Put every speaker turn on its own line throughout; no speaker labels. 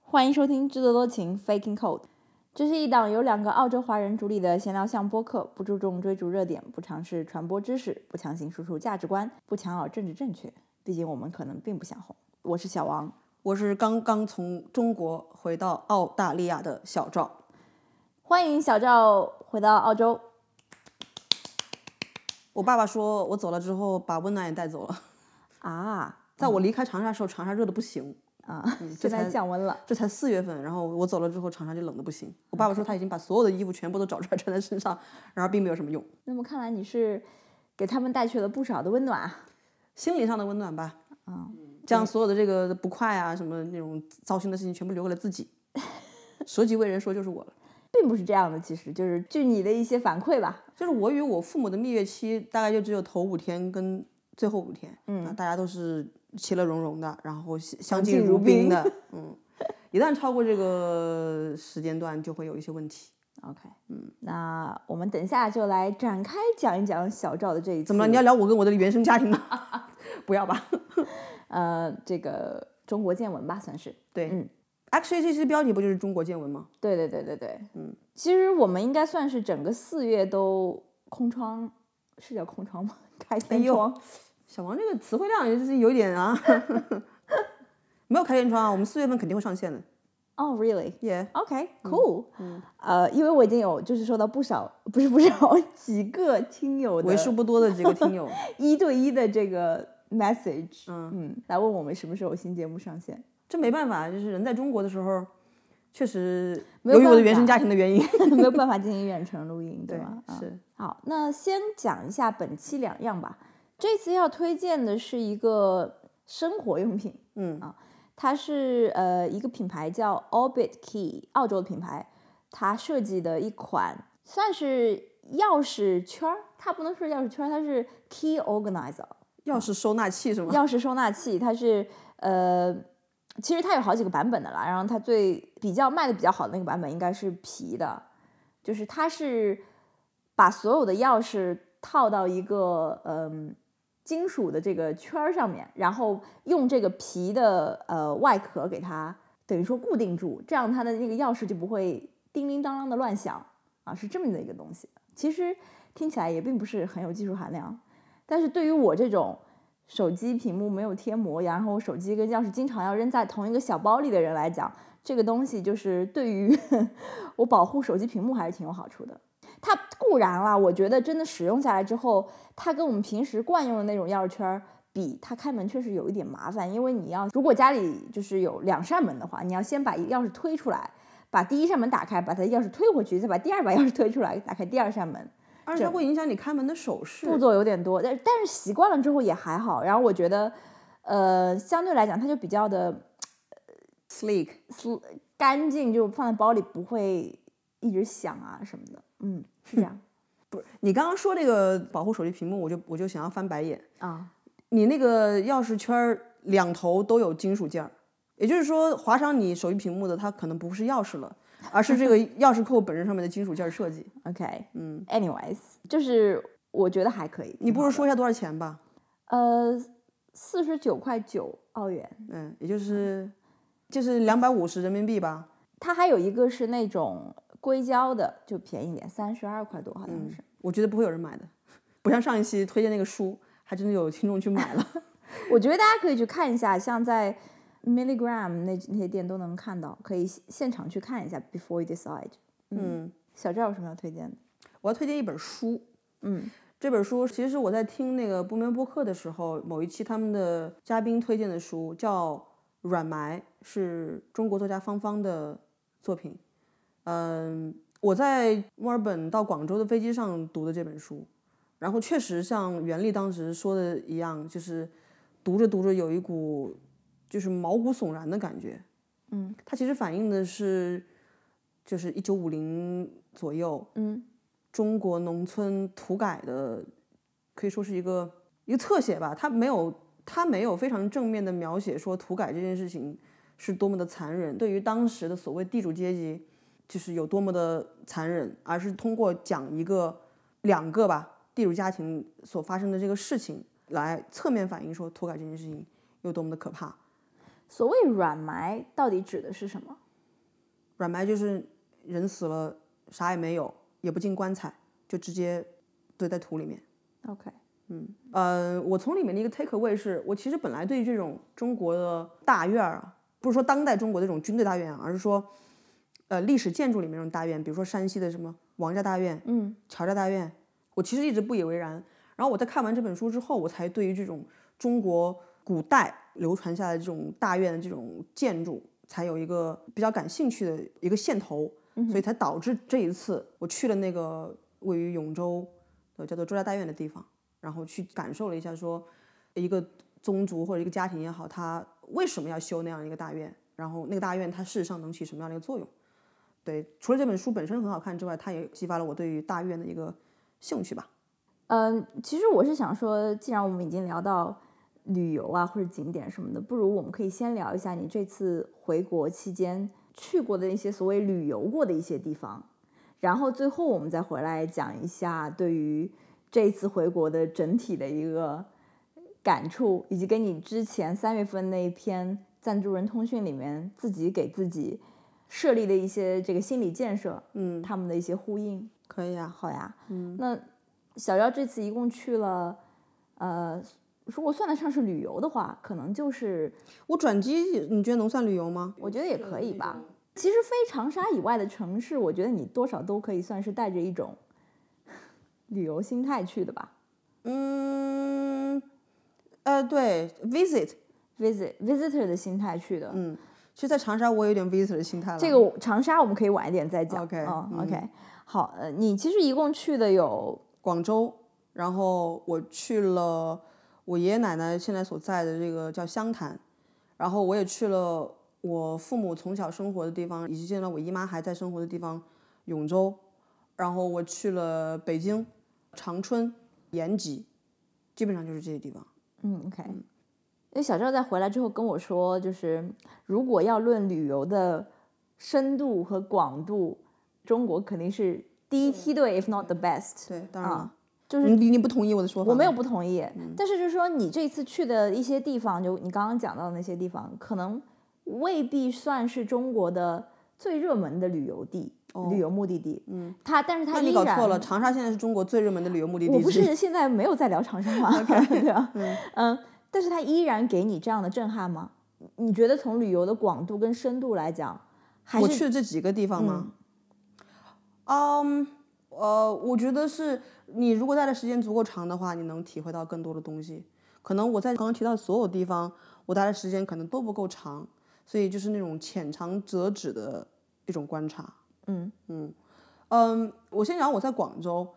欢迎收听《制作多情 Faking Cold》，这是一档由两个澳洲华人主理的闲聊向播客，不注重追逐热点，不尝试传播知识，不强行输出价值观，不强咬政治正确。毕竟我们可能并不想红。我是小王，
我是刚刚从中国回到澳大利亚的小赵。
欢迎小赵回到澳洲。
我爸爸说我走了之后把温暖也带走了，
啊
在我离开长沙的时候，长沙热的不行，
啊，
这
现在
才
降温了。
这才四月份，然后我走了之后，长沙就冷的不行。我爸爸说他已经把所有的衣服全部都找出来穿在身上，然而并没有什么用，
那么看来你是给他们带去了不少的温暖啊。
心理上的温暖吧。嗯，将所有的这个不快啊，什么那种糟心的事情全部留给了自己。舍己为人说就是我了，
并不是这样的，其实就是据你的一些反馈吧，
就是我与我父母的蜜月期大概就只有头五天跟最后五天，嗯、大家都是其乐融融的，然后相相
敬
敬
如
如宾
宾
的， 嗯，一旦超过这个时间段，就会有一些问题。
OK，嗯，那我们等一下就来展开讲一讲小赵的这一次。
怎么了？你要聊我跟我的原生家庭吗？不要吧。
呃，这个中国见闻吧，算是。
对，
嗯
Actually，这期标题不就是中国见闻吗？
对对对对对，嗯，其实我们应该算是整个四月都空窗，是叫空窗吗？ 开天
哎呦
窗。
小王这个词汇量也是有一点啊， 没有开天窗啊，我们四月份肯定会上线的。
哦、r e a l l y
耶、
o k cool 嗯。呃，因为我已经有就是收到不少，不是不 少几个听友的
为数不多的几个 听友，
一对一的这个 message，
嗯
嗯，来问我们什么时候新节目上线。
这没办法，就是人在中国的时候，确实
没有
由于我的
办
原生
法
家庭的原因，
没有办法进行远程录音， 对吧？啊
是
好，那先讲一下本期两样吧。这次要推荐的是一个生活用品，
嗯
啊，它是呃一个品牌叫 Orbit Key，澳洲的品牌，它设计的一款算是钥匙圈儿，它不能说钥匙圈儿，它是 Key Organizer，
钥匙收纳器是吗？
钥匙收纳器，它是呃，其实它有好几个版本的啦。然后它最比较卖的比较好的那个版本应该是皮的，就是它是把所有的钥匙套到一个嗯、金属的这个圈儿上面，然后用这个皮的呃外壳给它等于说固定住，这样它的那个钥匙就不会叮叮当当的乱响啊，是这么的一个东西。其实听起来也并不是很有技术含量，但是对于我这种手机屏幕没有贴膜，然后手机跟钥匙经常要扔在同一个小包里的人来讲，这个东西就是对于 我保护手机屏幕还是挺有好处的。它固然啦，我觉得真的使用下来之后，它跟我们平时惯用的那种钥匙圈儿比，它开门确实有一点麻烦，因为你要如果家里就是有两扇门的话，你要先把一个钥匙推出来，把第一扇门打开，把它的钥匙推回去，再把第二把钥匙推出来，打开第二扇门，
而且它会影响你开门的手势。
步骤有点多，但但是习惯了之后也还好。然后我觉得，呃，相对来讲，它就比较的
sleek，
干净，就放在包里不会一直响啊什么的。嗯，是 这样
不是你刚刚说这个保护手机屏幕，我就我就想要翻白眼。
啊。
你那个钥匙圈儿两头都有金属件儿，也就是说，划伤你手机屏幕的，它可能不是钥匙了，而是这个钥匙扣本身上面的金属件儿设计。
OK，
嗯，
anyways，就是我觉得还可以。
你不
挺好
如说一下多少钱吧？
呃四十九块九澳元，
嗯，也就是就是两百五十人民币吧。嗯
它还有一个是那种硅胶的，就便宜点，三十二块多好像是。
我觉得不会有人买的，不像上一期推荐那个书，还真的有听众去买了。
我觉得大家可以去看一下，像在 Milligram 那那些店都能看到，可以现现场去看一下。Before you decide，
嗯，
小赵有什么要推荐的？
我要推荐一本书，
嗯，
这本书其实是我在听那个不眠播客的时候，某一期他们的嘉宾推荐的书，叫《软埋》，是中国作家方方的作品。嗯，我在墨尔本到广州的飞机上读的这本书，然后确实像袁立当时说的一样，就是读着读着有一股就是毛骨悚然的感觉。
嗯，
它其实反映的是就是一九五零左右，
嗯
中国农村土改的，可以说是一个一个侧写吧。它没有它没有非常正面的描写说土改这件事情是多么的残忍，对于当时的所谓地主阶级就是有多么的残忍，而是通过讲一个两个吧地主家庭所发生的这个事情来侧面反映说土改这件事情有多么的可怕。
所谓软埋到底指的是什么？
软埋就是人死了啥也没有，也不进棺材，就直接堆在土里面。
OK，
呃，我从里面的一个 take away 是我其实本来对于这种中国的大院儿啊，不是说当代中国的这种军队大院啊，而是说，呃，历史建筑里面那种大院，比如说山西的什么王家大院、
嗯，
乔家大院，我其实一直不以为然。然后我在看完这本书之后，我才对于这种中国古代流传下来的这种大院的这种建筑，才有一个比较感兴趣的一个线头，所以才导致这一次我去了那个位于永州的叫做周家大院的地方，然后去感受了一下说一个宗族或者一个家庭也好，他为什么要修那样一个大院，然后那个大院它事实上能起什么样的一个作用。对，除了这本书本身很好看之外，它也激发了我对于大院的一个兴趣吧。
嗯，其实我是想说，既然我们已经聊到旅游啊或者景点什么的，不如我们可以先聊一下你这次回国期间去过的那些所谓旅游过的一些地方，然后最后我们再回来讲一下对于这一次回国的整体的一个感触，以及跟你之前三月份那一篇赞助人通讯里面自己给自己设立的一些这个心理建设，
嗯，
他们的一些呼应。
可以啊。
好呀，那小妖这次一共去了，呃，如果算得上是旅游的话，可能就是
我转机，你觉得能算旅游吗？
我觉得也可以吧。其实非长沙以外的城市，我觉得你多少都可以算是带着一种 旅游心态去的吧。
嗯，呃，对，visit，
visit visitor 的心态去的，
嗯，其实，在长沙我也有点 visit 的心态了。
这个我长沙我们可以晚一点再讲。
OK，
嗯
嗯
OK，好，呃，你其实一共去的有，
广州，然后我去了我爷爷奶奶现在所在的这个叫湘潭，然后我也去了我父母从小生活的地方，以及现在我姨妈还在生活的地方永州，然后我去了北京、长春、延吉，基本上就是这些地方。
嗯 OK，因为小赵在回来之后跟我说，就是如果要论旅游的深度和广度，中国肯定是第一梯队，if not the best。
对，当然了，
啊就是
你你不同意我的说法？
我没有。不同意，
嗯
但是就是说你这次去的一些地方，就你刚刚讲到的那些地方，可能未必算是中国的最热门的旅游地、旅游目的地。嗯，它但是它
哦那
依
你
然
搞错了，长沙现在是中国最热门的旅游目的地之一。
我不是现在没有在聊长沙吗 对啊，嗯，但是它依然给你这样的震撼吗？你觉得从旅游的广度跟深度来讲，还
我
是
去的这几个地方吗？嗯呃，我觉得是你如果待的时间足够长的话，你能体会到更多的东西。可能我在刚刚提到的所有地方，我待的时间可能都不够长，所以就是那种浅尝辄止的一种观察。
嗯
嗯，我先讲我在广州，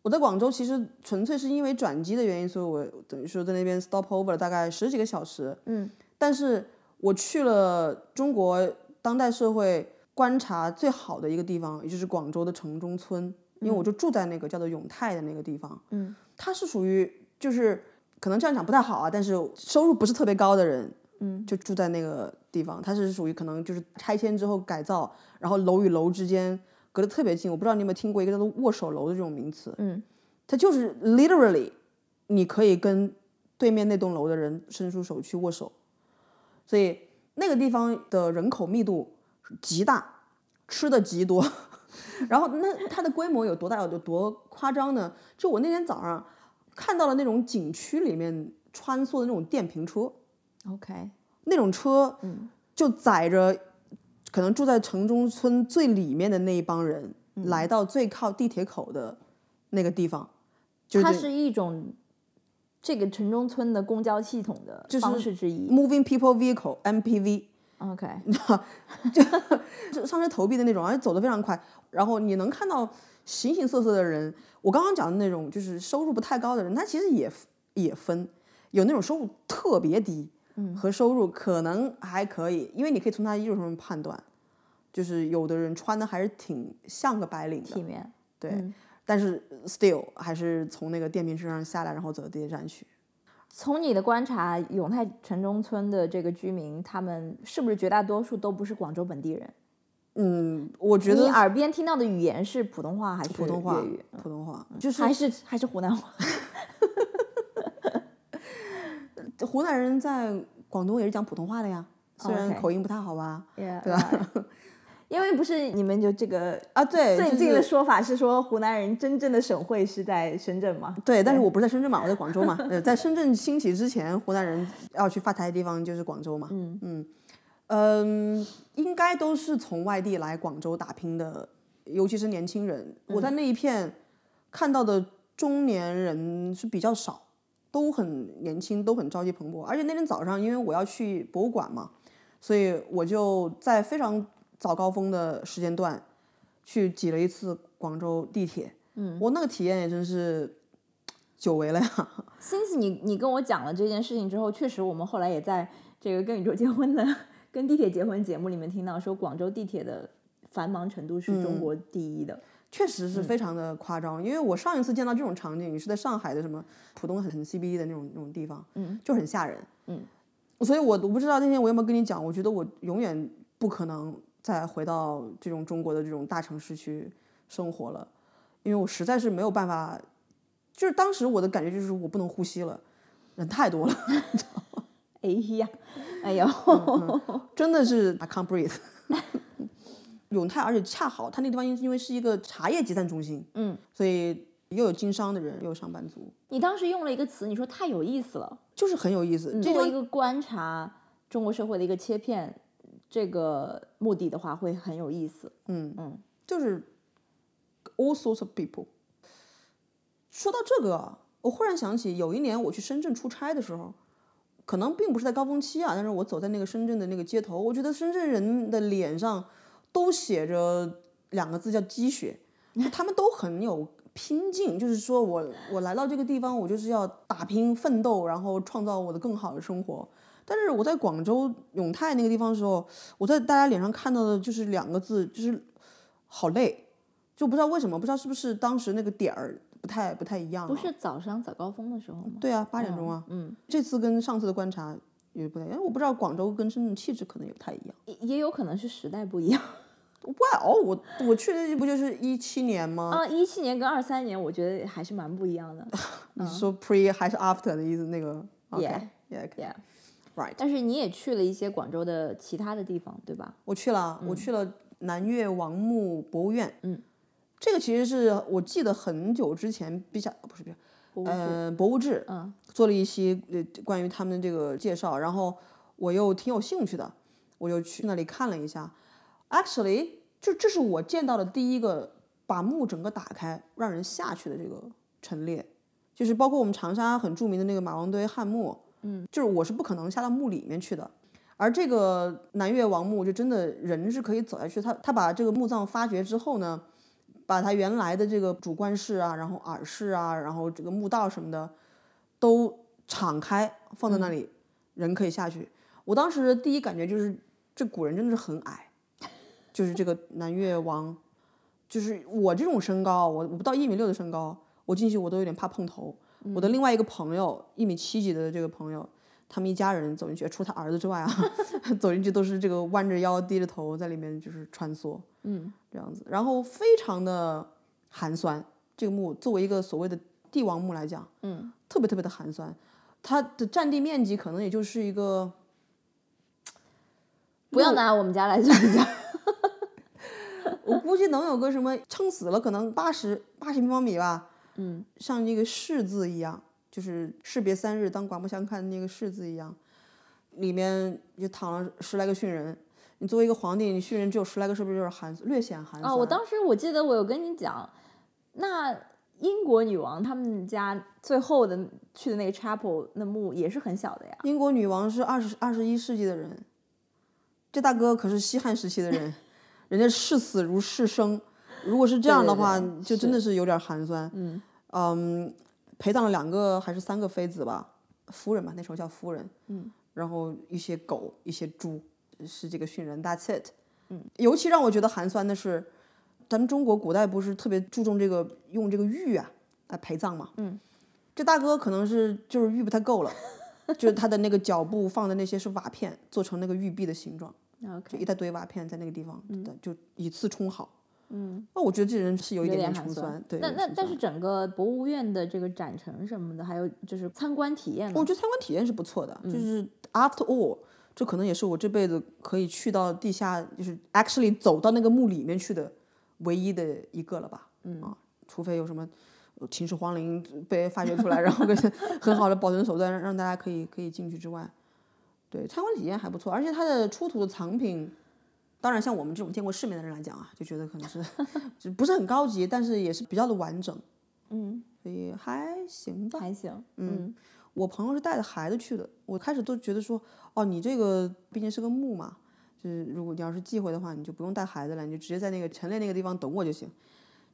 我在广州其实纯粹是因为转机的原因，所以我等于说在那边 stop over 了大概十几个小时。
嗯，
但是我去了中国当代社会观察最好的一个地方，也就是广州的城中村，因为我就住在那个叫做永泰的那个地方。
嗯，
它是属于就是可能这样讲不太好啊，但是收入不是特别高的人，
嗯，
就住在那个地方，它是属于可能就是拆迁之后改造，然后楼与楼之间隔得特别近。我不知道你有没有听过一个叫做握手楼的这种名词，
嗯，
它就是 literally 你可以跟对面那栋楼的人伸出手去握手，所以那个地方的人口密度极大，吃的极多。 然后那它的规模有多大，有多夸张呢？就我那天早上看到了那种景区里面穿梭的那种电瓶车，
OK，
那种车，就载着可能住在城中村最里面的那一帮人，来到最靠地铁口的那个地方，就是
它
这
是一种这个城中村的公交系统的
就是
方式之一。
moving people vehicle MPV。
OK，
就上车投币的那种，而且走得非常快。然后你能看到形形色色的人，我刚刚讲的那种就是收入不太高的人，他其实也也分，有那种收入特别低，
嗯
和收入可能还可以，因为你可以从他衣着上面判断，就是有的人穿的还是挺像个白领的，
体面。
对，
嗯
但是 still 还是从那个电瓶车上下来，然后走到地铁站去。
从你的观察，永泰城中村的这个居民，他们是不是绝大多数都不是广州本地人？
嗯，我觉
你
得
耳边听到的语言是普通话还是
普通话
粤语？，嗯
普通话就是
还是还是湖南话？
湖南人在广东也是讲普通话的呀。虽然
哦 OK
口音不太好啊吧。
Yeah,
对吧
right 因为不是你们就这个
啊，对，
最
就
近
是
的说法是说湖南人真正的省会是在深圳吗？
对，但是我不是在深圳嘛，我在广州 嘛。呃，在深圳兴起之前，湖南人要去发财的地方就是广州嘛。嗯嗯嗯，应该都是从外地来广州打拼的，尤其是年轻人。我在那一片看到的中年人是比较少，都很年轻，都很朝气蓬勃。而且那天早上，因为我要去博物馆嘛，所以我就在非常早高峰的时间段去挤了一次广州地铁。嗯，我那个体验也真是久违了呀。
since 你你跟我讲了这件事情之后，确实我们后来也在这个跟宇宙结婚的跟地铁结婚节目里面听到说，广州地铁的繁忙程度是中国第一的。
确实是非常的夸张，因为我上一次见到这种场景，也是在上海的什么浦东很很 CBD 的那种那种地方，嗯，就很吓人，
嗯，
所以我我不知道那天我有没有跟你讲，我觉得我永远不可能再回到这种中国的这种大城市去生活了，因为我实在是没有办法，就是当时我的感觉就是我不能呼吸了，人太多了，
哎 呀，哎呦，
真的是 I can't breathe。永泰，而且恰好它那地方因因为是一个茶叶集散中心，
嗯，
所以又有经商的人，又有上班族，
你当时用了一个词，你说太有意思了。
就是很有意思。这
作为一
种
个观察中国社会的一个切片，这个目的的话会很有意思。
嗯
嗯，
就是 all sorts of people。说到这个啊，我忽然想起有一年我去深圳出差的时候，可能并不是在高峰期啊，但是我走在那个深圳的那个街头，我觉得深圳人的脸上都写着两个字叫积雪，就他们都很有拼劲，就是说我我来到这个地方，我就是要打拼奋斗，然后创造我的更好的生活。但是我在广州永泰那个地方的时候，我在大家脸上看到的就是两个字，就是好累，就不知道为什么，不知道是不是当时那个点儿不太不太一样、啊。
不是早上早高峰的时候吗？
对啊，八点钟啊。
嗯，
这次跟上次的观察也不太一样，我不知道广州跟深圳气质可能也不太一样。
也也有可能是时代不一样
哇哦，我我去的不就是一七年吗？
啊。一七年跟二三年，我觉得还是蛮不一样的。
你说 pre 还是 after 的意思？那个
嗯 Yeah
yeah
Yeah.
right，
但是你也去了一些广州的其他的地方，对吧？
我去了，啊我去了南岳王墓博物院。
嗯，
这个其实是我记得很久之前，比较不是比较。
博物志
呃，博物志，
嗯，
做了一些呃关于他们的这个介绍，然后我又挺有兴趣的，我就去那里看了一下。Actually，就这是我见到的第一个把墓整个打开让人下去的这个陈列，就是包括我们长沙很著名的那个马王堆汉墓，嗯，就是我是不可能下到墓里面去的。而这个南越王墓就真的人是可以走下去，他他把这个墓葬发掘之后呢，把它原来的这个主冠室啊，然后耳室啊，然后这个墓道什么的，都敞开放在那里，人可以下去。我当时的第一感觉就是，这古人真的是很矮，就是这个南越王，就是我这种身高，我我不到一米六的身高，我进去我都有点怕碰头。我的另外一个朋友，一米七几的这个朋友，他们一家人走进去，除他儿子之外啊， 走进去都是这个弯着腰、低着头在里面就是穿梭，嗯，这样子，然后非常的寒酸。这个墓作为一个所谓的帝王墓来讲，嗯，特别特别的寒酸，它的占地面积可能也就是一个
不要拿我们家来做 比较。
我估计能有个什么撑死了，可能八十八十平方米吧。嗯，像那个“士”字一样，就是“士别三日，当刮目相看”那个“士”字一样，里面就躺了十来个殉人。你作为一个皇帝，你殉人只有十来个，是不是就是寒略显寒酸？
啊，我当时我记得我有跟你讲，那英国女王他们家最后的去的那个 chapel 那墓也是很小的呀。
英国女王是二十二十一世纪的人，这大哥可是西汉时期的人， 人家视死如视生。如果是这样的话，
对
就真的是有点寒酸。
嗯
嗯陪葬了两个还是三个妃子吧，夫人吧，那时候叫夫人。
嗯，
然后一些狗，一些猪，是这个殉人。That's it。嗯，尤其让我觉得寒酸的是，咱们中国古代不是特别注重这个用这个玉啊来陪葬嘛？
嗯，
这大哥可能是就是玉不太够了。 就是他的那个脚部放的那些是瓦片，做成那个玉璧的形状，就
嗯 OK，
一大堆瓦片在那个地方，就一次冲好。
嗯，
那我觉得这人是有一
有
点
点寒
点穷酸，对。
那
有
那
穷
但
酸
是整个博物院的这个展陈什么的，还有就是参观体验呢
哦
嗯
我觉得参观体验是不错的，就是 after all，这可能也是我这辈子可以去到地下，就是 actually 走到那个墓里面去的唯一的一个了吧？嗯啊，除非有什么呃秦始皇陵被发掘出来，然后跟 很好的保存手段让让大家可以可以进去之外，对，参观体验还不错，而且它的出土的藏品。当然，像我们这种见过世面的人来讲啊，就觉得可能是 就不是很高级，但是也是比较的完整，
嗯，
所以还行吧。
还行，嗯
我朋友是带着孩子去的，我开始都觉得说，哦，你这个毕竟是个墓嘛，就是如果你要是忌讳的话，你就不用带孩子了，你就直接在那个陈列那个地方等我就行。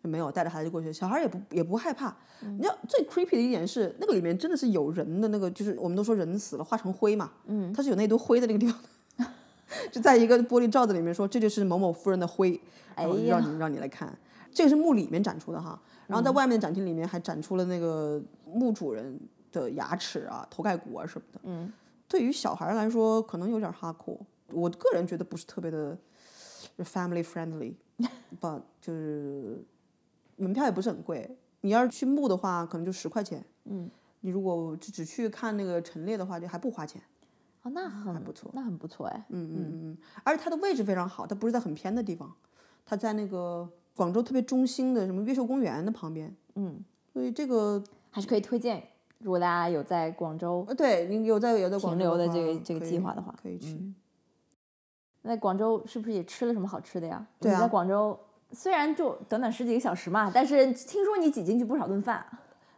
就没有带着孩子过去，小孩也不也不害怕。你知道最 creepy 的一点是，那个里面真的是有人的那个，就是我们都说人死了化成灰嘛，嗯，它是有那堆灰在那个地方的，就在一个玻璃罩子里面说这就是某某夫人的灰，然后
哎呀嗯
让你让你来看，这个是墓里面展出的哈，然后在外面展厅里面还展出了那个墓主人的牙齿啊、头盖骨啊什么的。
嗯，
对于小孩来说，可能有点哈酷。我个人觉得不是特别的就 family friendly，but 就是门票也不是很贵。你要是去墓的话，可能就十块钱。
嗯，
你如果只只去看那个陈列的话，就还不花钱。
哦，那很
嗯不错
那很不错哎，
嗯嗯嗯，嗯，而且它的位置非常好，它不是在很偏的地方，它在那个广州特别中心的什么越秀公园的旁边。
嗯，
所以这个
还是可以推荐，如果大家有在广州
呃，对你有在有在广
停
州
留的
话
这个这个
可
计
以
划的话，
可以去。
嗯那广州是不是也吃了什么好吃的呀？
对
你
啊
在广州虽然就短短十几个小时嘛，但是听说你挤进去不少顿饭。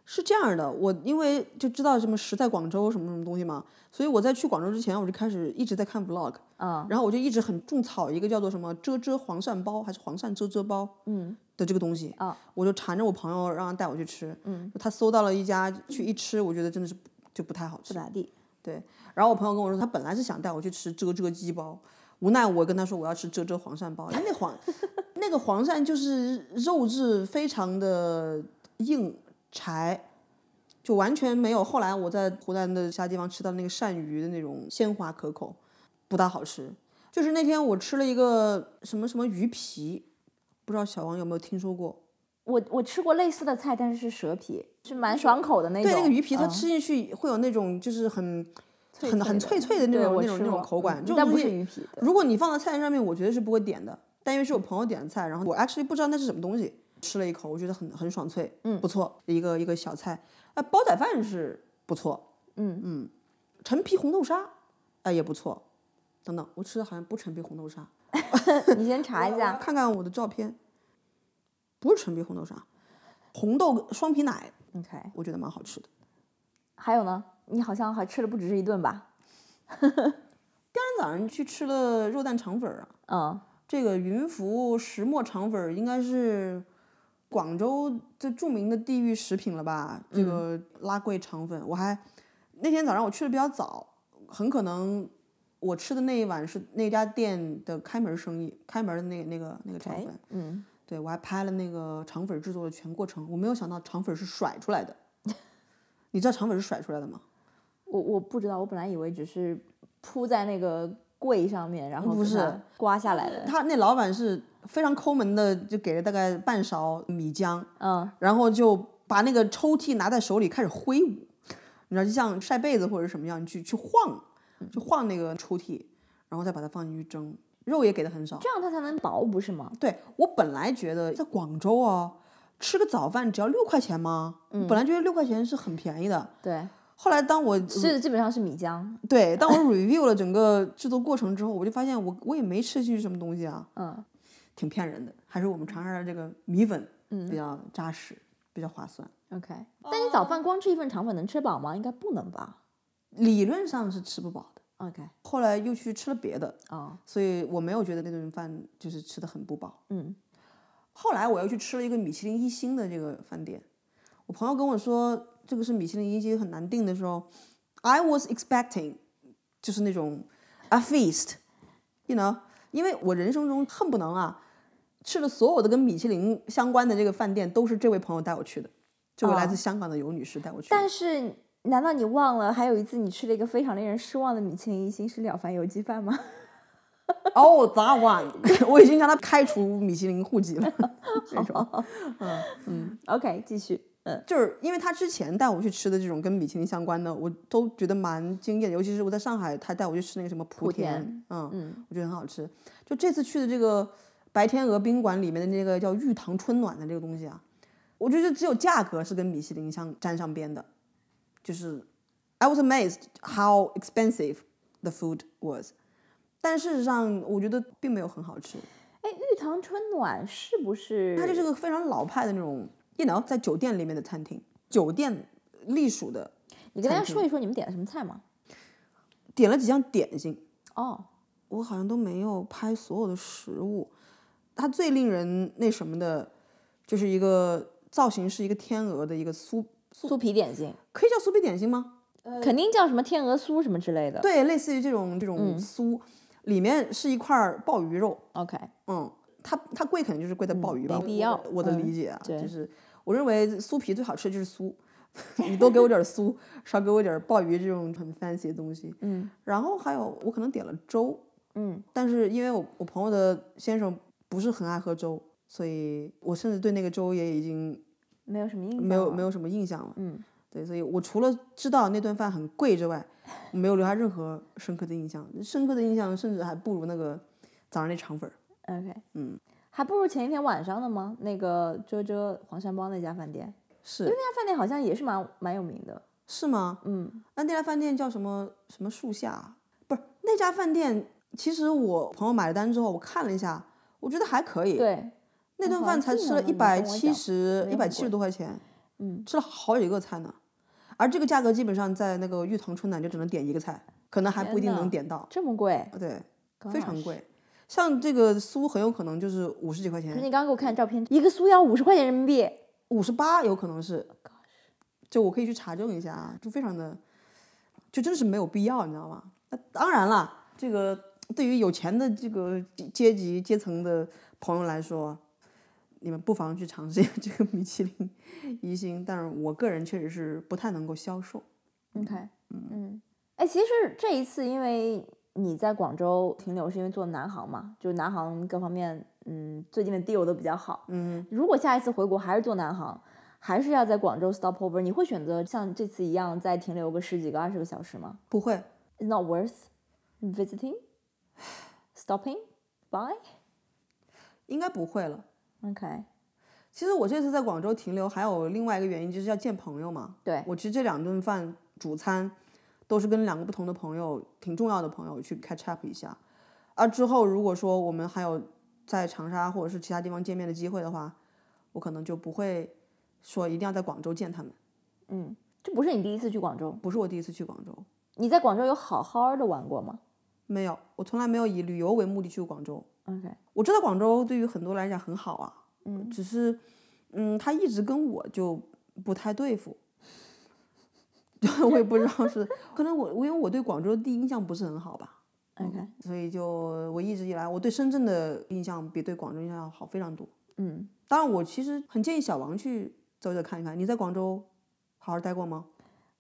是这样的，我因为就知道什么食在广州什么什么东西嘛，所以我在去广州之前，我就开始一直在看 vlog，
嗯
然后我就一直很种草一个叫做什么“遮遮黄鳝包”还是“黄鳝遮遮包
嗯”
的这个东西
啊，
我就缠着我朋友让他带我去吃，
嗯，
他搜到了一家去一吃，我觉得真的是不就不太好
不
吃，
咋地。
然后我朋友跟我说，他本来是想带我去吃遮遮鸡包，无奈我跟他说我要吃遮遮黄鳝包，因为那黄 那个黄鳝就是肉质非常的硬柴，就完全没有后来我在湖南的其他地方吃到那个鳝鱼的那种鲜滑可口，不大好吃。就是那天我吃了一个什么什么鱼皮，不知道小王有没有听说过？
我我吃过类似的菜，但是是蛇皮，是蛮爽口的那种。
嗯对，那个鱼皮它
嗯
吃进去会有那种就是很
脆
很很脆脆的那
对
种
我
那种
吃
那种
过
口感
嗯
这种
但不
东西
是鱼皮的。
如果你放到菜单上面，我觉得是不会点的。但因为是我朋友点的菜，然后我 actually 不知道那是什么东西，吃了一口，我觉得很很爽脆，
嗯
不错，一个一个小菜。啊，煲仔饭是不错，
嗯
嗯，陈皮红豆沙，啊、也不错，等等，我吃的好像不陈皮红豆沙，
你先查一
我 要
下，
看看我的照片，不是陈皮红豆沙，红豆双皮奶，
OK。
我觉得蛮好吃的。
还有呢，你好像还吃了不只是一顿吧？
第二天早上去吃了肉蛋肠粉儿啊，
嗯，
这个云浮石磨肠粉儿应该是广州最著名的地域食品了吧？这个拉贵肠粉，我还那天早上我去的比较早，很可能我吃的那一碗是那家店的开门生意，开门的那那个那个肠粉。
嗯，
对我还拍了那个肠粉制作的全过程，我没有想到肠粉是甩出来的。你知道肠粉是甩出来的吗？
我我不知道，我本来以为只是铺在那个柜上面，然后
不
给
是
它刮下来的。
他那老板是非常抠门的，就给了大概半勺米浆，
嗯，
然后就把那个抽屉拿在手里开始挥舞，你知道，就像晒被子或者什么样，你去去晃，去晃那个抽屉，然后再把它放进去蒸，肉也给的很少。
这样它才能薄，不是吗？
对我本来觉得在广州啊，吃个早饭只要六块钱吗？我本来觉得六块钱是很便宜的。
对，
后来当我
吃的基本上是米浆。
对当我 review 了整个制作过程之后，我就发现我我也没吃进去什么东西啊，
嗯，
挺骗人的。还是我们长沙的这个米粉比较扎实，比较划算。
OK，但你早饭光吃一份肠粉能吃饱吗？应该不能吧
理论上是吃不饱的，
？OK，
后来又去吃了别的，
哦，
所以我没有觉得那顿饭就是吃的很不饱。
嗯，
后来我又去吃了一个米其林一星的这个饭店，我朋友跟我说这个是米其林一星很难定的时候，I was expecting 就是那种 a feast，you know，因为我人生中恨不能啊吃的所有的跟米其林相关的这个饭店都是这位朋友带我去的，这位来自香港的尤女士带我去的。
哦但是。难道你忘了还有一次你吃了一个非常令人失望的米其林一星是了凡油鸡饭 吗？
哦、t h a t one，我已 经将他开除米其林户籍了。这种
OK，继续。
嗯，就是因为他之前带我去吃的这种跟米其林相关的，我都觉得蛮惊艳的，尤其是我在上海，他带我去吃那个什么莆田，
田
嗯，
嗯，
我觉得很好吃。就这次去的这个白天鹅宾馆里面的那个叫玉堂春暖的这个东西啊，我觉得只有价格是跟米其林相沾上边的，就是 I was amazed how expensive the food was，但事实上我觉得并没有很好吃，
哎，玉堂春暖是不是？
它就是个非常老派的那种，you know，在酒店里面的餐厅，酒店隶属的，
你跟大家
餐
说一说你们点的什么菜吗？
点了几样点心，
哦，
我好像都没有拍所有的食物。它最令人那什么的，就是一个造型是一个天鹅的一个酥，
酥皮点心，
可以叫酥皮点心吗？
肯定叫什么天鹅酥什么之类的。
对，类似于这种这
嗯
种酥，里面是一块儿鲍鱼肉，
，OK，
嗯，它它贵肯定就是贵在鲍鱼吧，
嗯没必要嗯
我的我的理解啊，
对
就是我认为酥皮最好吃的就是酥， 你多给我点儿酥，少给我点儿鲍鱼这种很 fancy 的东西。
嗯
然后还有我可能点了粥，
嗯，
但是因为我我朋友的先生不是很爱喝粥，所以我甚至对那个粥也已经
没有什么印象了，
没有没有什么印象了。
哦嗯，
对，所以我除了知道那顿饭很贵之外，我没有留下任何深刻的印象。深刻的印象甚至还不如那个早上那肠粉儿。
OK，
嗯，
还不如前一天晚上的吗？那个遮遮黄山帮那家饭店，
是
那家饭店好像也是蛮蛮有名的。
是吗？
嗯，
那那家饭店叫什么什么树下啊？不是那家饭店。其实我朋友买了单之后，我看了一下，我觉得还可以。
对，
那顿
好
饭
像
才
记
吃
得
了
你
一
跟我
百
讲
七十
没
一
有
百
很
七十
贵
多块钱，
嗯，
吃了好几个菜呢。而这个价格基本上在那个玉堂春暖就只能点一个菜，可能还不一定
天
能
呐
点到，
这么贵，
对，
刚
非
好
常
是。
贵。像这个酥很有可能就是五十几块
可是
钱，
你刚刚给我看照片，一个酥要五十块钱人民币，
五十八有可能是，就我可以去查证一下啊，就非常的，就真是没有必要，你知道吗？那当然了，这个对于有钱的这个阶级阶层的朋友来说，你们不妨去尝试一下这个米其林一星，但是我个人确实是不太能够销售。
OK，嗯，哎，其实这一次因为你在广州停留是因为做南航嘛，就是南航各方面，嗯，最近的 deal 都比较好。
嗯，
如果下一次回国还是做南航，还是要在广州 stopover，你会选择像这次一样再停留个十几个、二十个小时吗
不会，
？It's not worth visiting, stopping, by.
应该不会了。
OK，
其实我这次在广州停留还有另外一个原因，就是要见朋友嘛。
对
我其实这两顿饭主餐都是跟两个不同的朋友，挺重要的朋友去 catch up 一下。而之后如果说我们还有在长沙或者是其他地方见面的机会的话，我可能就不会说一定要在广州见他们。
嗯，这不是你第一次去广州，
不是我第一次去广州，
你在广州有好好的玩过吗
没有，我从来没有以旅游为目的去过广州。
？OK，
我知道广州对于很多人来讲很好啊，
嗯，
只是，嗯，他一直跟我就不太对付， 我也不知道是，可能我我因为我对广州的第一印象不是很好吧，
，OK，
所以就我一直以来我对深圳的印象比对广州印象要好非常多。
嗯，
当然，我其实很建议小王去走走看一看。你在广州好好待过吗？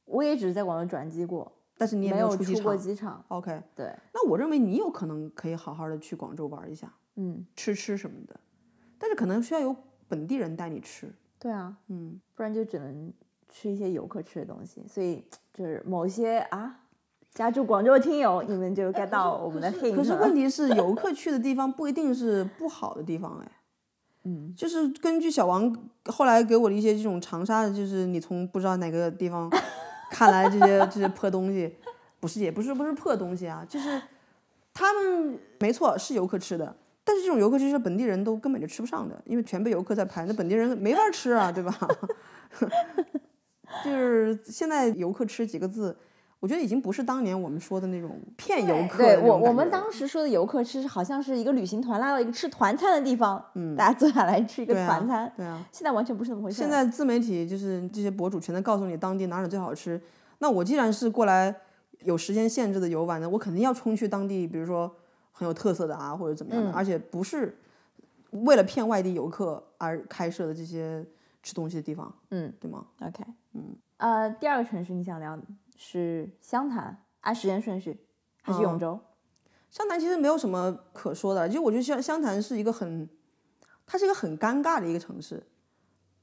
我也只是在广州转机过，
但是你也
没
有
有
出机
出过
场。
机场。
OK，
对，
那我认为你有可能可以好好的去广州玩一下，
嗯，
吃吃什么的，但是可能需要有本地人带你吃。
对啊，
嗯，
不然就只能吃一些游客吃的东西。所以就是某些啊，家住广州的听友，你们就 get 到我们的 hint
哎可是
了
问题是，游客去的地方不一定是不好的地方哎。
嗯，
就是根据小王后来给我的一些这种长沙的，就是你从不知道哪个地 方看来这些这些破东西，不是也不是不是破东西啊，就是他们没错是游客吃的，但是这种游客吃是本地人都根本就吃不上的，因为全被游客在排，那本地人没法吃啊，对吧？ 就是现在游客吃几个字，我觉得已经不是当年我们说的那种骗游客的
对
那种感觉了。
我，我们当时说的游客吃，好像是一个旅行团拉到一个吃团餐的地方，嗯，大家坐下来吃一个
对啊
团餐。
对啊，
现在完全不是那么回事了。
现在自媒体就是这些博主全都告诉你当地哪里最好吃。那我既然是过来有时间限制的游玩的，我肯定要冲去当地，比如说很有特色的啊，或者怎么样的，而且不是为了骗外地游客而开设的这些吃东西的地方，
嗯
对吗？
，OK，嗯，呃，第二个城市你想聊是湘潭，按时间顺序还是
哦
永州？
湘潭其实没有什么可说的，就我觉得湘湘潭是一个很，它是一个很尴尬的一个城市，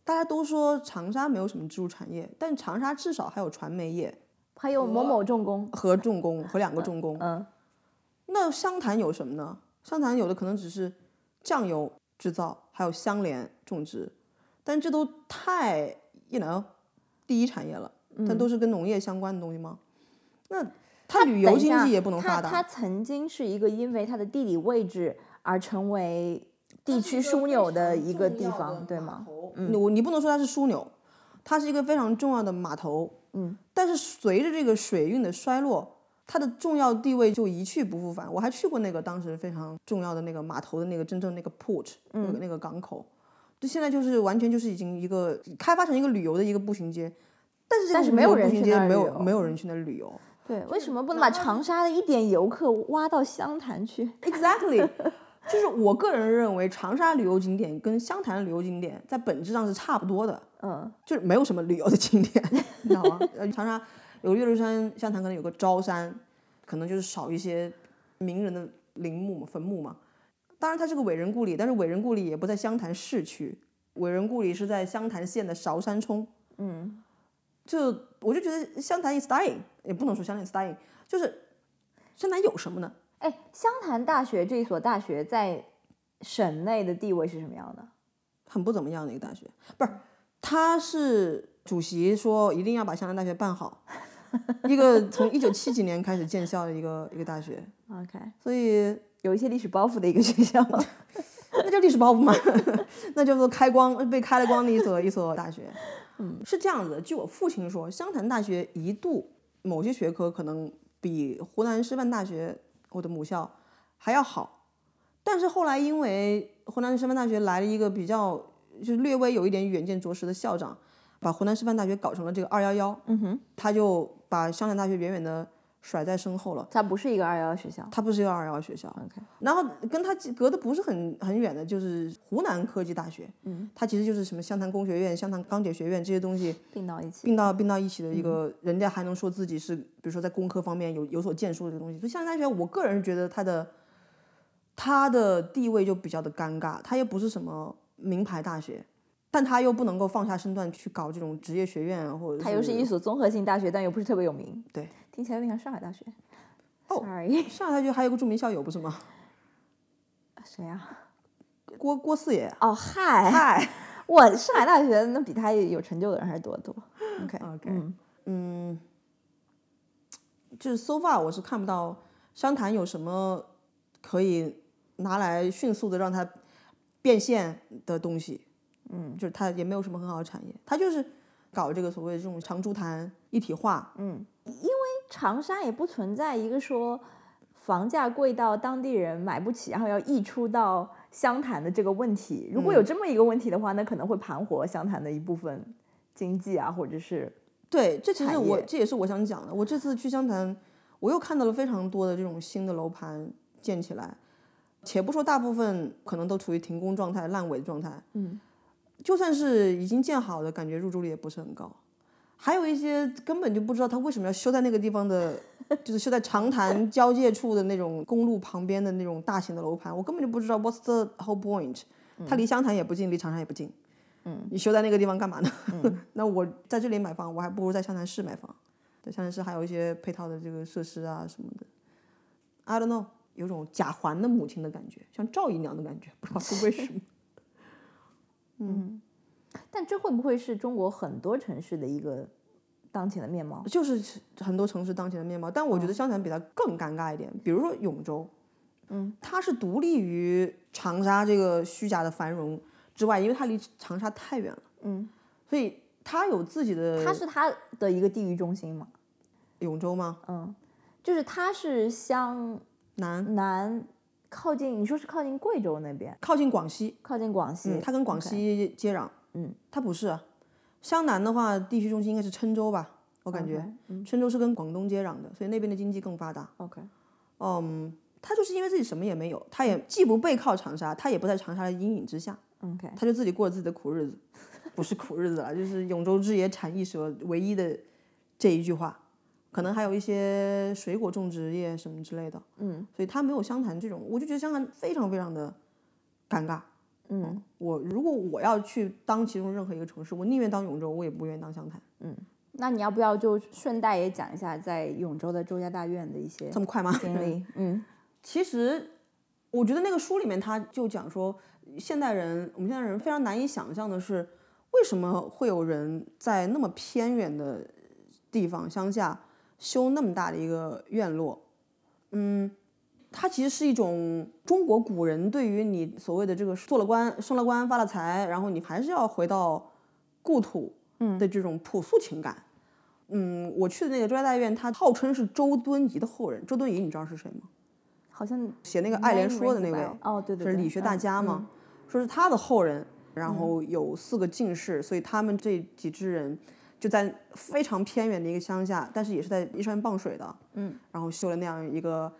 大家都说长沙没有什么支柱产业，但长沙至少还有传媒业
还有某某重工，
和重工和两个重工。
嗯，
那湘潭有什么呢？湘潭有的可能只是酱油制造，还有香莲种植，但这都太一 o w 第一产业了，
嗯
但都是跟农业相关的东西吗？那它旅游
等一
经
下
济也不能发
它它
达，
曾经是一个因为它的地理位置而成为地
是
区
一个
枢
非
纽
常
的一个
重
地
要的
方，对
码
吗？嗯
头
你我你不能说它是枢纽，它是一个非常重要的码头。
嗯，
但是随着这个水运的衰落，它的重要地位就一去不复返。我还去过那个当时非常重要的那个码头的那个真正那个 port，、那
嗯
个那个港口，就现在就是完全就是已经一个开发成一个旅游的一个步行街。但是这
但
个
是没有
旅游
人
步行
去那
街
儿
没
旅
有
游
没有人去那儿旅游
对，为什么不能
哪
把
怕
长沙的一点游客挖到湘潭去？
，exactly，就是 我个人认为长沙旅游景点跟湘潭旅游景点在本质上是差不多的。
嗯，
就是没有什么旅游的景点， 你知道吗？呃，长沙有岳麓山，湘潭可能有个昭山，可能就是少一些名人的陵墓嘛、坟墓嘛。当然，它是个伟人故里，但是伟人故里也不在湘潭市区，伟人故里是在湘潭县的韶山冲。
嗯，
就我就觉得湘潭 is dying，也不能说湘潭 is dying，就是湘潭有什么呢？
哎，湘潭大学这一所大学在省内的地位是什么样的？
很不怎么样的一个大学，不是，他是主席说一定要把湘南大学办好，一个从一九七几年开始建校的一个一个大学，
OK，
所以
有一些历史包袱的一个学校。
那叫历史包袱吗？ 那叫做开光被开了光的一所一所大 学，嗯，是这样子的。据我父亲说，湘潭大学一度某些学科可能比湖南师范大学我的母校还要好，但是后来因为湖南师范大学来了一个比较就是略微有一点远见卓识的校长，把湖南师范大学搞成了这个二幺幺，
嗯哼，
他就把湘潭大学远远的甩在身后了。
它不是一个二幺幺学校。
它不是一个二幺幺学校
OK
然后跟它隔得不是很很远的，就是湖南科技大学，嗯，它其实就是什么湘潭工学院、湘潭钢铁学院这些东西
并到一起。
并到并到一起的一个，
嗯
人家还能说自己是，比如说在工科方面有有所建树的这个东西。所以湘潭大学，我个人觉得它的它的地位就比较的尴尬，它又不是什么名牌大学。但它又不能够放下身段去搞这种职业学院啊，或者
它又是一所综合性大学，但又不是特别有名。
对，
听起来有点像上海大学。
哦
Sorry，
上海大学还有个著名校友不是吗？
谁啊？
郭郭四爷，
哦，嗨嗨， 我上海大学那比他有成就的人还是多得多。OK
OK
嗯
嗯，就是 so far 我是看不到湘潭有什么可以拿来迅速的让它变现的东西。嗯，就是它也没有什么很好的产业，它就是搞这个所谓的这种长株潭一体化。
嗯，因为长沙也不存在一个说房价贵到当地人买不起，然后要溢出到湘潭的这个问题。如果有这么一个问题的话，那可能会盘活湘潭的一部分经济啊，或者是
对，这其实
产
我
业
这也是我想讲的。我这次去湘潭，我又看到了非常多的这种新的楼盘建起来，且不说大部分可能都处于停工状态、烂尾状态，
嗯
就算是已经建好的，感觉入住率也不是很高。还有一些根本就不知道他为什么要修在那个地方的，就是修在长潭交界处的那种公路旁边的那种大型的楼盘，我根本就不知道 what's the whole point。它
嗯
离湘潭也不近，离长沙也不近。嗯，你修在那个地方干嘛呢？ 那我在这里买房，我还不如在湘潭市买房。在湘潭市还有一些配套的这个设施啊什么的。I don't know，有种贾环的母亲的感觉，像赵姨娘的感觉，不知道是为什么。
但这会不会是中国很多城市的一个当前的面 貌？
就是很多城市当前的面貌，但我
嗯
觉得湘潭比它更尴尬一点。比如说永州，嗯，它是独立于长沙这个虚假的繁荣之外，因为它离长沙太远了，
嗯，
所以它有自己的。
它是它的一个地域中心嘛？
永州吗？
嗯，就是它是湘
南
南靠近，你说是靠近贵州那边，
靠近广西，
靠近广西，
嗯，它跟广
OK
西接壤，
嗯，
它不是、啊。湘南的话，地区中心应该是郴州吧？我感觉
OK，嗯
郴州是跟广东接壤的，所以那边的经济更发达。
，OK，
嗯，它就是因为自己什么也没有，它也既不背靠长沙，它也不在长沙的阴影之下。
嗯 OK，
他就自己过自己的苦日子， 不是苦日子了，就是“永州之野产一蛇”唯一的这一句话，可能还有一些水果种植业什么之类的，
嗯，
所以他没有湘潭这种，我就觉得湘潭非常非常的尴尬，
嗯
我如果我要去当其中任何一个城市，我宁愿当永州，我也不愿意当湘潭。
嗯，那你要不要就顺带也讲一下在永州的周家大院的一 些
这么快吗？
经历？嗯
其实我觉得那个书里面他就讲说，现代人我们现代人非常难以想象的是，为什么会有人在那么偏远的地方乡下修那么大的一个院落？嗯，它其实是一种中国古人对于你所谓的这个做了官、升了官、发了财，然后你还是要回到故土的这种朴素情感。嗯我去的那个周家大院，它号称是周敦颐的后人。周敦颐，你知道是谁吗？
好像
写那个《爱莲说》的那
Nine
位
rings，a bell 哦，对对
是
对，
理学大
嗯
家嘛，
嗯
说是他的后人，然后有四个进士，所以他们这几支人就在非常偏远的一个乡下，但是也是在依山傍水的，
嗯，
然后修了那样一个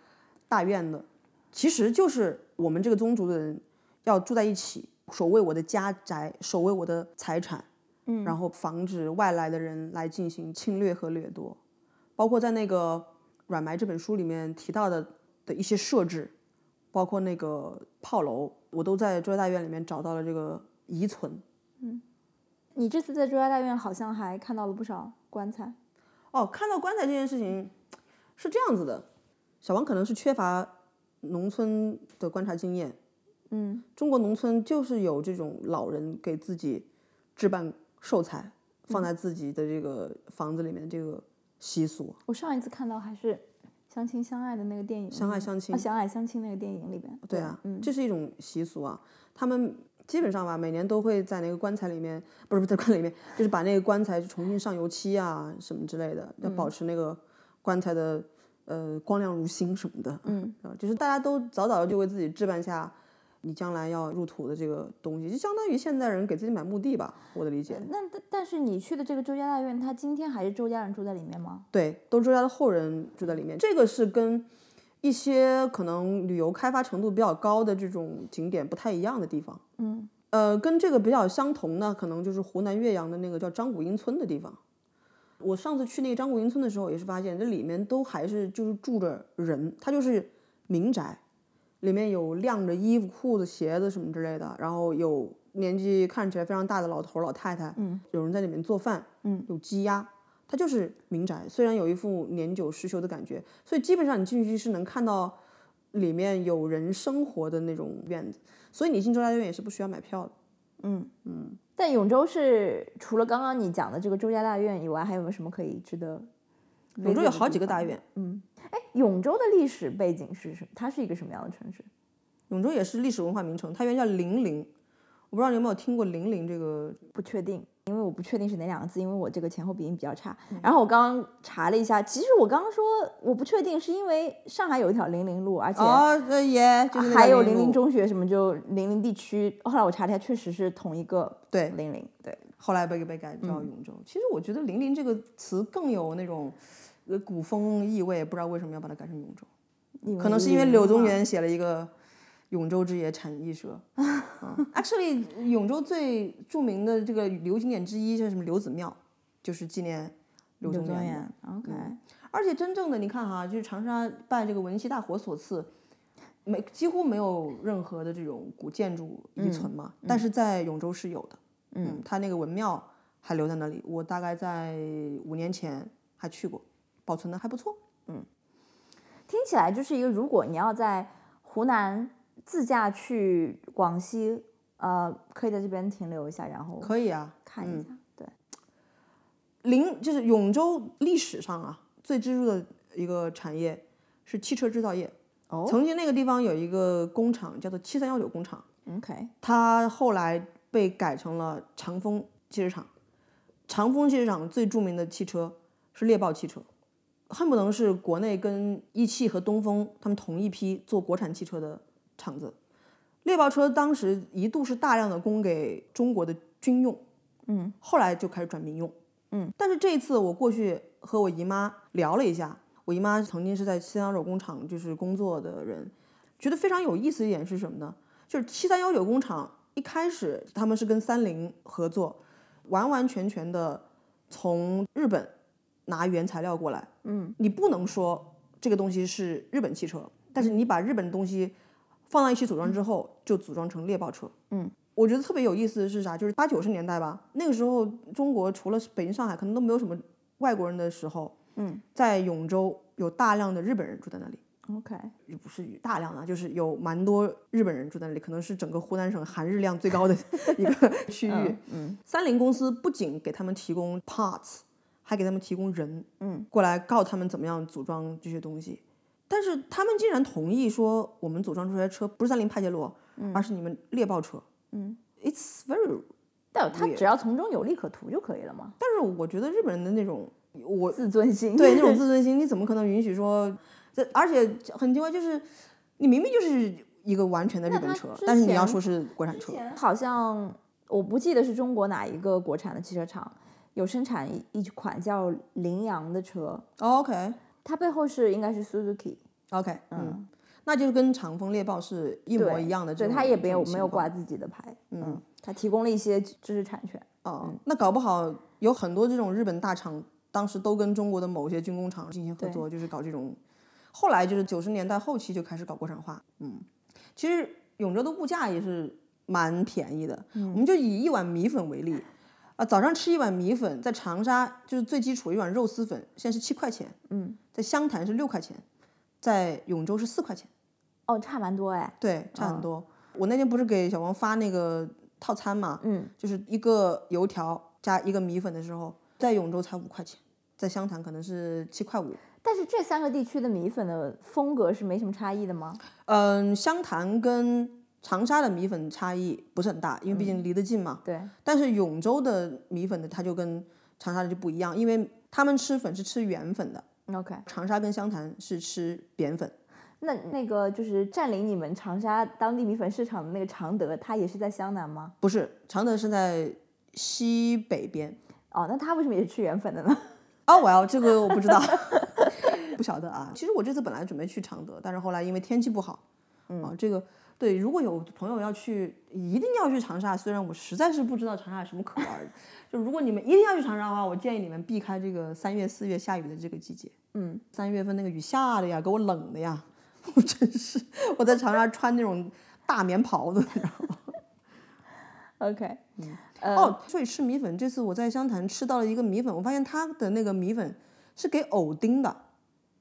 大院子，其实就是我们这个宗族的人要住在一起，守卫我的家宅，守卫我的财产，嗯，然后防止外来的人来进行侵略和掠夺，包括在那个《阮埋》这本书里面提到的的一些设置，包括那个炮楼，我都在周家大院里面找到了这个遗存。
你这次在周家大院好像还看到了不少棺材。
哦，看到棺材这件事情是这样子的，小王可能是缺乏农村的观察经验，
嗯
中国农村就是有这种老人给自己置办寿材，放在自己的这个房子里面这个习俗。
我上一次看到还是《相亲相爱》的那个电影里面，
相爱相亲
啊，相爱相亲那个电影里边，
对啊，
嗯，
这是一种习俗啊。他们基本上吧，每年都会在那个棺材里面，不是不是在棺材里面，就是把那个棺材重新上油漆啊什么之类的，要
嗯
保持那个棺材的呃光亮如新什么的。
嗯
啊，就是大家都早早的就为自己置办下你将来要入土的这个东西，就相当于现代人给自己买墓地吧，我的理解。
那但但是你去的这个周家大院，他今天还是周家人住在里面吗？
对，都是周家的后人住在里面。这个是跟一些可能旅游开发程度比较高的这种景点不太一样的地方。
嗯，
呃，跟这个比较相同呢，可能就是湖南岳阳的那个叫张谷阴村的地方。我上次去那个张谷阴村的时候，也是发现这里面都还是就是住着人，它就是民宅，里面有晾着衣服、裤子、鞋子什么之类的，然后有年纪看起来非常大的老头儿、老太太，
嗯，
有人在里面做饭，
嗯，
有鸡鸭，它就是民宅，虽然有一副年久失修的感觉，所以基本上你进去是能看到里面有人生活的那种院子，所以你进周家院也是不需要买票的。
但永州是除了刚刚你讲的这个周家大院以外，还有没有什么可以值得？
永州有好几个大院，
嗯，哎，永州的历史背景是什么？它是一个什么样的城市？
永州也是历史文化名城，它原叫零陵，我不知道你有没有听过零陵这个
不确定，因为我不确定是哪两个字，因为我这个前后鼻音比较差。
嗯
然后我刚刚查了一下，其实我刚刚说我不确定，是因为上海有一条零陵路，而且、
哦，对耶，就是那
还
个
有
陵
零
路
陵中学什么，就零陵地区。后来我查了一下，确实是同一个
对
零陵。对，
后来被被改叫永州。其实我觉得“零陵”这个词更有那种呃古风意味，不知道为什么要把它改成永州，可能是因为柳宗元写了一个“永州之野产一蛇”啊。Actually，永州最著名的这个旅游景点之一是什么？刘子庙，就是纪念柳
柳
宗
宗
元的。嗯
元。OK，、
而且真正的你看哈，就是长沙拜这个文夕大火所赐，没几乎没有任何的这种古建筑
嗯
遗存嘛，但是在永州是有的。嗯，它那个文庙还留在那里，我大概在五年前还去过，保存的还不错。
听起来就是一个，如果你要在湖南自驾去广西，呃，可以在这边停留一下，然后
可以
哦
啊，
看一下。对，
零就是永州历史上啊最支柱的一个产业是汽车制造业。
哦
曾经那个地方有一个工厂叫做七三幺九工厂。
，OK，
它后来被改成了长丰汽车厂。长丰汽车厂最著名的汽车是猎豹汽车，恨不能是国内跟一汽和东风他们同一批做国产汽车的厂子。猎豹车当时一度是大量的供给中国的军用，嗯，后来就开始转民用，嗯。但是这一次我过去和我姨妈聊了一下，我姨妈曾经是在七三九工厂就是工作的人，觉得非常有意思一点是什么呢？就是七三幺九工厂一开始他们是跟三菱合作，完完全全的从日本拿原材料过来。嗯，你不能说这个东西是日本汽车，但是你把日本东西放在一起组装之后，就组装成猎豹车。
嗯，
我觉得特别有意思的是啥？就是八九十年代吧，那个时候中国除了北京、上海，可能都没有什么外国人的时候，
嗯，
在永州有大量的日本人住在那里。
，OK，
也不是大量啊，就是有蛮多日本人住在那里，可能是整个湖南省含日量最高的 一个区域。
嗯
三菱公司不仅给他们提供 parts，还给他们提供人，
嗯，
过来告他们怎么样组装这些东西。但是他们竟然同意说，我们组装出来的车不是三菱帕杰罗，而是你们猎豹车。
嗯
，It's very。
但他只要从中有利可图就可以了嘛，
但是我觉得日本人的那种，我
自尊心，
对那 种自尊心，你怎么可能允许说？这而且很奇怪，就是你明明就是一个完全的日本
他
车
之，
但是你要
前
说是国产车，
好像我不记得是中国哪一个国产的汽车厂有生产一一款叫羚羊的车，
OK
它背后是应该是 Suzuki，
OK，嗯，那就是跟长风猎豹是一模一样的这
对，
种，
它也没
这
有
种
没有
情况
挂自己的牌，嗯，它提供了一些知识产权，
哦。那搞不好有很多这种日本大厂当时都跟中国的某些军工厂进行合作，就是搞这种。后来就是九十年代后期就开始搞国产化，嗯，其实永州的物价也是蛮便宜的。我们就以一碗米粉为例，啊、早上吃一碗米粉，在长沙就是最基础一碗肉丝粉，现在是七块钱，
嗯，
在湘潭是六块钱，在永州是四块钱。
哦，差蛮多哎，
对，差很多。我那天不是给小王发那个套餐嘛，
嗯，
就是一个油条加一个米粉的时候，在永州才五块钱，在湘潭可能是七块五。
但是这三个地区的米粉的风格是没什么差异的吗？
嗯，湘潭跟长沙的米粉差异不是很大，因为毕竟离得近嘛。
嗯对，
但是永州的米粉呢，它就跟长沙的就不一样，因为他们吃粉是吃圆粉的，
OK，
长沙跟湘潭是吃扁粉。
那那个就是占领你们长沙当地米粉市场的那个常德，它也是在湘南吗？
不是，常德是在西北边，
哦，那它为什么也是吃圆粉的呢？
哦，我要这个我不知道， 不晓得啊。其实我这次本来准备去常德，但是后来因为天气不好，啊，这个对，如果有朋友要去，一定要去长沙。虽然我实在是不知道长沙有什么可玩的， 就如果你们一定要去长沙的话，我建议你们避开这个三月、四月下雨的这个季节。
嗯，
三月份那个雨下的呀，给我冷的呀， 我真是我在长沙穿那种大棉袍子，你知道吗？
OK，
哦，
嗯
所以吃米粉，这次我在湘潭吃到了一个米粉，我发现它的那个米粉是给藕丁的。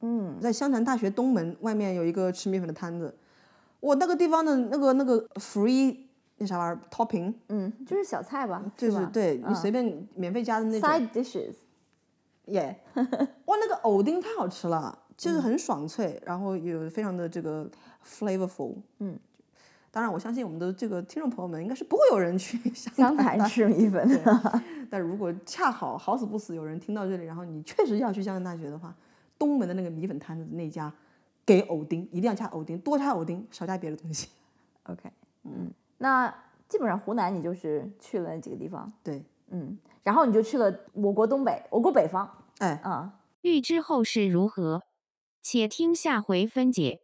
嗯，在湘潭大学东门外面有一个吃米粉的摊子，我那个地方的那个那个 free 那啥玩意儿 topping，
嗯，就是小菜吧，
就是
吧嗯
对你随便免费加的那种。
side dishes，
耶，哇，那个藕丁太好吃了，
嗯
就是很爽脆，然后也非常的这个 flavorful。
嗯，
当然我相信我们的这个听众朋友们应该是不会有人去 湘
湘潭吃米粉的。
但如果恰好好死不死有人听到这里，然后你确实要去江南大学的话，东门的那个米粉摊子那家给藕丁，一定要加藕丁，多加藕丁，少加别的东西。
OK，嗯，那基本上湖南你就是去了那几个地方，
对，
嗯，然后你就去了我国东北，我国北方，
哎，
啊、
欲知后事如何，且听下回分解。